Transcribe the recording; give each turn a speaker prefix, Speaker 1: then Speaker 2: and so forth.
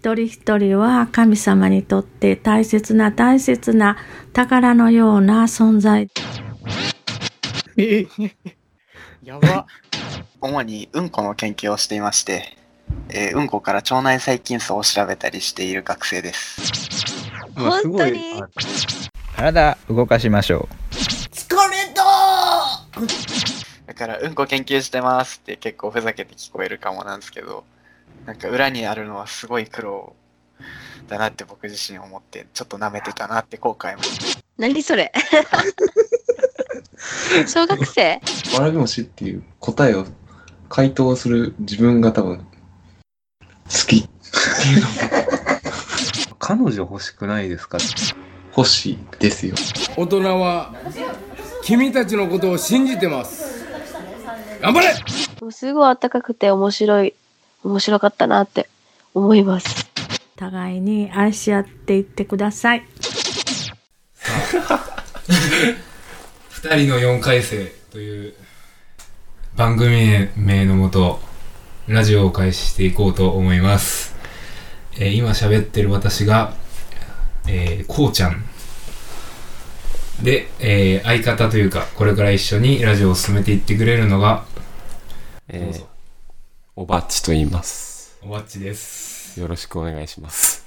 Speaker 1: 一人一人は神様にとって大切な大切な宝のような存在。
Speaker 2: えやば。
Speaker 3: 主にうんこの研究をしていまして、えーうんこから腸内細菌層を調べたりしている学生です。
Speaker 2: うわすごい
Speaker 4: 本当に
Speaker 2: あ
Speaker 5: 体動かしましょ
Speaker 3: だからうんこ研究してますって結構ふざけて聞こえるかもなんですけど、なんか裏にあるのはすごい苦労だなって僕自身思って、ちょっと舐めてたなって後悔も。
Speaker 4: 何それ小学生
Speaker 6: わらび餅っていう答えを回答する自分が多分好きっていうの
Speaker 2: ー 彼女欲しくないですか
Speaker 6: 欲しいですよ。
Speaker 7: 大人は君たちのことを信じてます頑張れ
Speaker 4: もうすごい温かくて面白い面白かったなって思います
Speaker 1: 互いに愛し合っていってください。
Speaker 7: 二人の四回生という番組名のもとラジオを開始していこうと思います、えー今喋ってる私が、えーこうちゃんで、えー相方というかこれから一緒にラジオを進めていってくれるのが
Speaker 8: え
Speaker 7: どう
Speaker 8: ー
Speaker 7: ぞ、
Speaker 8: おばっちと言います。
Speaker 7: おばっちです
Speaker 8: よろしくお願いします。